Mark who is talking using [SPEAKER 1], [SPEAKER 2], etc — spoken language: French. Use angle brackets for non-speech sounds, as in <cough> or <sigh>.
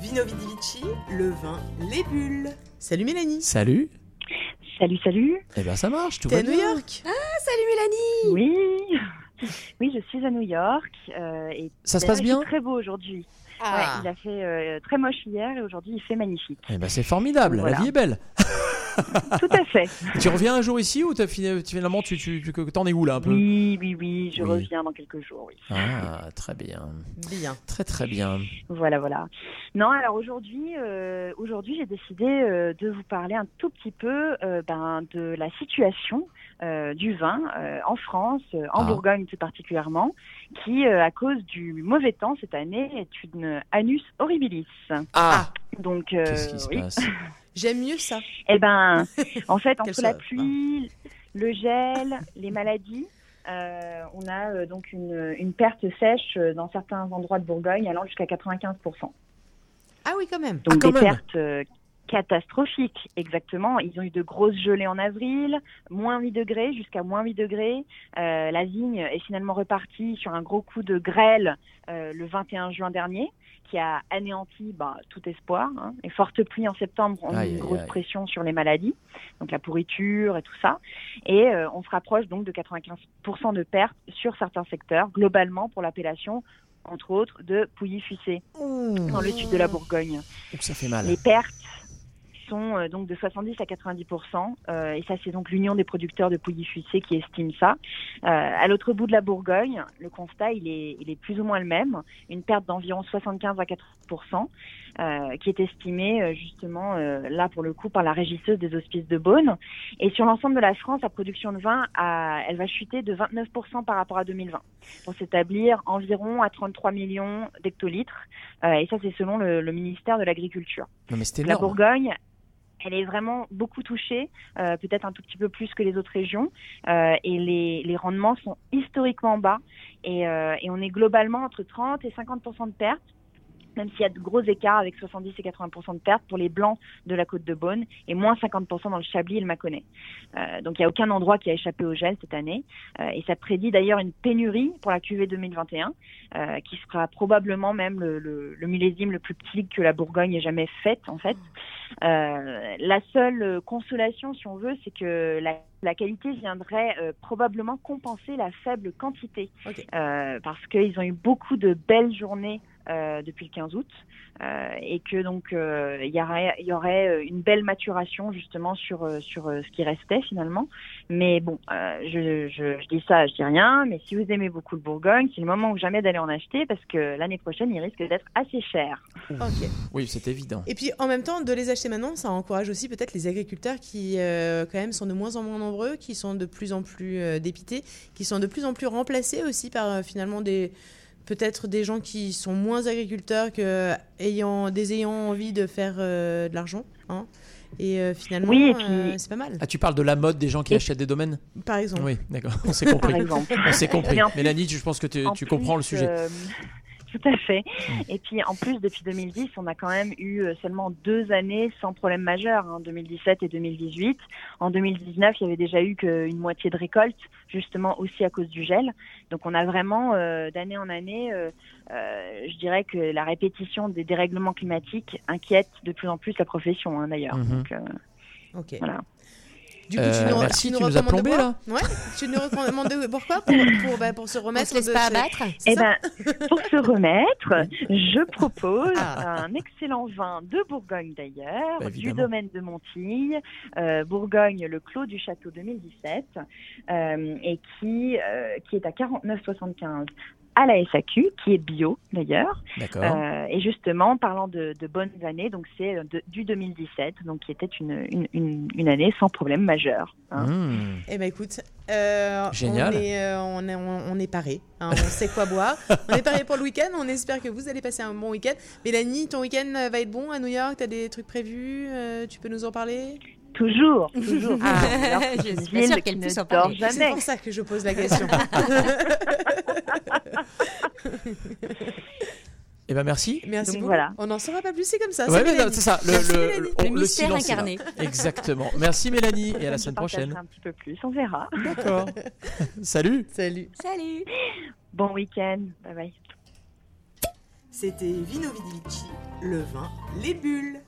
[SPEAKER 1] Vino Vidivici, le vin, les bulles. Salut Mélanie.
[SPEAKER 2] Salut
[SPEAKER 3] Salut, salut.
[SPEAKER 2] Eh ben ça marche, tout
[SPEAKER 1] T'es
[SPEAKER 2] va
[SPEAKER 1] à New
[SPEAKER 2] bien.
[SPEAKER 1] York
[SPEAKER 3] Ah,
[SPEAKER 4] Salut Mélanie
[SPEAKER 3] Oui. Oui, je suis à New York. euh, et
[SPEAKER 2] Ça se
[SPEAKER 3] d'ailleurs,
[SPEAKER 2] passe
[SPEAKER 3] il
[SPEAKER 2] bien
[SPEAKER 3] fait Très beau aujourd'hui.
[SPEAKER 1] Ah.
[SPEAKER 3] Ouais, il a fait euh, très moche hier et aujourd'hui il fait magnifique.
[SPEAKER 2] Eh ben c'est formidable,
[SPEAKER 3] Voilà.
[SPEAKER 2] la vie est belle.
[SPEAKER 3] Tout à fait.
[SPEAKER 2] tu reviens un jour ici ou t'as fini- finalement tu, tu, tu- que- t'en es où là <laughs> un peu
[SPEAKER 3] Oui, oui, oui. Je
[SPEAKER 2] Oui.
[SPEAKER 3] reviens dans quelques jours. Oui.
[SPEAKER 2] Ah très bien,
[SPEAKER 1] Bien.
[SPEAKER 2] très très bien.
[SPEAKER 3] Euh, Voilà, voilà. Non, alors aujourd'hui, euh, aujourd'hui, j'ai décidé euh, de vous parler un tout petit peu euh, ben, de la situation euh, du vin euh, en France, euh, en
[SPEAKER 2] Ah.
[SPEAKER 3] Bourgogne plus particulièrement, qui, euh, à cause du mauvais temps cette année, est une anus horribilis.
[SPEAKER 1] Ah,
[SPEAKER 3] Donc, euh,
[SPEAKER 2] Qu'est-ce qui se
[SPEAKER 3] oui.
[SPEAKER 2] passe
[SPEAKER 1] j'aime mieux ça.
[SPEAKER 3] Eh ben, en fait,
[SPEAKER 1] Quelle
[SPEAKER 3] entre la
[SPEAKER 1] saveur,
[SPEAKER 3] pluie, le gel, les maladies, euh, on a euh, donc une, une perte sèche euh, dans certains endroits de Bourgogne allant jusqu'à 95%.
[SPEAKER 1] Ah oui, quand même.
[SPEAKER 2] Ah,
[SPEAKER 3] Donc
[SPEAKER 2] quand
[SPEAKER 3] des
[SPEAKER 2] même.
[SPEAKER 3] pertes euh, catastrophiques, exactement. Ils ont eu de grosses gelées en avril, moins 8 degrés, jusqu'à moins 8 degrés. Euh, la vigne est finalement repartie sur un gros coup de grêle euh, le 21 juin dernier, qui a anéanti bah, tout espoir. hein. Et forte pluie en septembre ont
[SPEAKER 2] Aïe,
[SPEAKER 3] mis
[SPEAKER 2] aïe,
[SPEAKER 3] une grosse
[SPEAKER 2] aïe.
[SPEAKER 3] pression sur les maladies, donc la pourriture et tout ça. Et euh, on se rapproche donc de 95% de pertes sur certains secteurs, globalement pour l'appellation, entre autres, de Pouilly-Fuissé,
[SPEAKER 2] Mmh.
[SPEAKER 3] dans le sud de la Bourgogne.
[SPEAKER 2] Ouh, Ça fait mal.
[SPEAKER 3] Les pertes sont euh, donc de 70 à 90 euh, et ça c'est donc l'Union des producteurs de Pouilly-Fuissé qui estime ça. Euh, à l'autre bout de la Bourgogne, le constat il est, il est plus ou moins le même, une perte d'environ 75 à 80 euh, qui est estimée euh, justement euh, là pour le coup par la régisseuse des Hospices de Beaune. Et sur l'ensemble de la France, la production de vin a- elle va chuter de 29 par rapport à 2020 pour s'établir environ à 33 millions d'hectolitres. Euh, et ça c'est selon le- le ministère de l'Agriculture.
[SPEAKER 2] Non mais c'est
[SPEAKER 3] La
[SPEAKER 2] énorme.
[SPEAKER 3] Bourgogne, elle est vraiment beaucoup touchée, euh, peut-être un tout petit peu plus que les autres régions. euh, et les, les rendements sont historiquement bas. Et, euh, et on est globalement entre 30 et 50 de pertes, même s'il y a de gros écarts avec 70 et 80 de pertes pour les blancs de la côte de Beaune et moins 50 dans le Chablis et le Mâconnais. Euh, donc il n'y a aucun endroit qui a échappé au gel cette année. Euh, et ça prédit d'ailleurs une pénurie pour la cuvée 2021, euh, qui sera probablement même le, le- le millésime le plus petit que la Bourgogne ait jamais fait en fait. Euh, la seule consolation, si on veut, c'est que la, la qualité viendrait euh, probablement compenser la faible quantité,
[SPEAKER 1] Ok.
[SPEAKER 3] Euh, parce qu'ils ont eu beaucoup de belles journées. euh, depuis le 15 août euh, et que donc euh, il y aurait, il y aurait euh, une belle maturation justement sur euh, sur euh, ce qui restait finalement mais bon euh, je, je, je dis ça je dis rien mais si vous aimez beaucoup le Bourgogne c'est le moment ou jamais d'aller en acheter parce que l'année prochaine il risque d'être assez cher
[SPEAKER 1] Ok.
[SPEAKER 2] Oui, c'est évident.
[SPEAKER 1] Et puis en même temps, de les acheter maintenant, ça encourage aussi peut-être les agriculteurs qui, euh, quand même, sont de moins en moins nombreux, qui sont de plus en plus euh, dépités, qui sont de plus en plus remplacés aussi par euh, finalement des. Peut-être des gens qui sont moins agriculteurs que ayant, des ayant envie de faire euh, de l'argent. hein. Et euh, finalement,
[SPEAKER 3] Oui, et puis-
[SPEAKER 1] euh, c'est pas mal,
[SPEAKER 2] Ah, tu parles de la mode des gens qui
[SPEAKER 3] Et-
[SPEAKER 2] achètent des domaines
[SPEAKER 1] par exemple.
[SPEAKER 2] Oui, d'accord, on s'est
[SPEAKER 3] par
[SPEAKER 2] compris.
[SPEAKER 3] exemple
[SPEAKER 2] On s'est compris.
[SPEAKER 3] Mais en plus-
[SPEAKER 2] Mélanie, tu- je pense que tu,
[SPEAKER 3] En
[SPEAKER 2] tu
[SPEAKER 3] plus,
[SPEAKER 2] comprends le sujet.
[SPEAKER 3] euh, <laughs> tout à fait. Et puis en plus, depuis 2010, on a quand même eu euh, seulement deux années sans problème majeur, hein, en 2017 et 2018. En 2019, il y avait déjà eu qu'une moitié de récolte, justement aussi à cause du gel. Donc on a vraiment, euh, d'année en année, euh, euh, je dirais que la répétition des dérèglements climatiques inquiète de plus en plus la profession, hein, d'ailleurs.
[SPEAKER 2] Mhm.
[SPEAKER 3] Donc, euh,
[SPEAKER 1] Ok.
[SPEAKER 3] Voilà.
[SPEAKER 1] Du coup,
[SPEAKER 2] Euh,
[SPEAKER 1] tu nous,
[SPEAKER 2] merci,
[SPEAKER 1] tu nous
[SPEAKER 2] tu nous as
[SPEAKER 1] recommandes de
[SPEAKER 2] plombés,
[SPEAKER 1] boire Ouais. Tu nous recommandes de boire quoi pour, pour, bah, pour se
[SPEAKER 4] On
[SPEAKER 1] remettre
[SPEAKER 4] se laisse
[SPEAKER 1] de
[SPEAKER 4] pas
[SPEAKER 1] ce-
[SPEAKER 4] abattre
[SPEAKER 1] c'est
[SPEAKER 3] Eh
[SPEAKER 1] ça
[SPEAKER 3] ben, pour se remettre, je propose
[SPEAKER 1] Ah.
[SPEAKER 3] un excellent vin de Bourgogne d'ailleurs,
[SPEAKER 2] Bah,
[SPEAKER 3] du
[SPEAKER 2] évidemment.
[SPEAKER 3] domaine de Montille, euh, Bourgogne, le Clos du Château 2017, euh, et qui, euh, qui est à 49,75 à la SAQ, qui est bio d'ailleurs.
[SPEAKER 4] Ah.
[SPEAKER 2] D'accord.
[SPEAKER 3] Euh, et justement, parlant de, de bonnes années, donc c'est euh, de- du 2017, donc qui était une, une, une, une année sans problème majeur. hein.
[SPEAKER 2] Mmh.
[SPEAKER 1] Eh ben écoute, euh,
[SPEAKER 2] Génial.
[SPEAKER 1] On est, euh, on est, on, on est paré. hein, on sait quoi boire. On est paré pour le week-end. On espère que vous allez passer un bon week-end. Mélanie, ton week-end euh, va être bon à New York. T'as des trucs prévus euh, Tu peux nous en parler
[SPEAKER 3] Toujours, toujours.
[SPEAKER 4] Ah,
[SPEAKER 3] Alors, c'est
[SPEAKER 4] <laughs> je
[SPEAKER 3] une
[SPEAKER 4] suis pas sûre
[SPEAKER 3] ville
[SPEAKER 4] qu'elle
[SPEAKER 3] qui
[SPEAKER 4] puisse
[SPEAKER 3] ne
[SPEAKER 4] en parler.
[SPEAKER 3] dort
[SPEAKER 1] C'est
[SPEAKER 3] Oh, Jamais.
[SPEAKER 1] pour ça que je pose la
[SPEAKER 3] <laughs>
[SPEAKER 1] question.
[SPEAKER 2] Eh ben merci.
[SPEAKER 1] Merci
[SPEAKER 3] Donc
[SPEAKER 1] beaucoup.
[SPEAKER 3] voilà.
[SPEAKER 1] On n'en saura pas plus. C'est
[SPEAKER 3] Ah,
[SPEAKER 1] comme ça.
[SPEAKER 2] Ouais,
[SPEAKER 1] c'est
[SPEAKER 2] mais non,
[SPEAKER 1] Mélanie.
[SPEAKER 2] c'est ça, le,
[SPEAKER 4] Merci,
[SPEAKER 2] le-
[SPEAKER 4] Mélanie.
[SPEAKER 2] le- on-
[SPEAKER 4] Le
[SPEAKER 2] Oh, le
[SPEAKER 4] mystère
[SPEAKER 2] silence est là.
[SPEAKER 4] incarné.
[SPEAKER 2] Exactement. Merci Mélanie et à la
[SPEAKER 3] <laughs> Je
[SPEAKER 2] semaine
[SPEAKER 3] partagerai
[SPEAKER 2] prochaine.
[SPEAKER 3] Un petit peu plus, on verra.
[SPEAKER 2] D'accord. Salut.
[SPEAKER 1] Salut.
[SPEAKER 4] Salut
[SPEAKER 3] Bon week-end. Bye bye.
[SPEAKER 1] C'était Vino Vidivici, le vin, les bulles.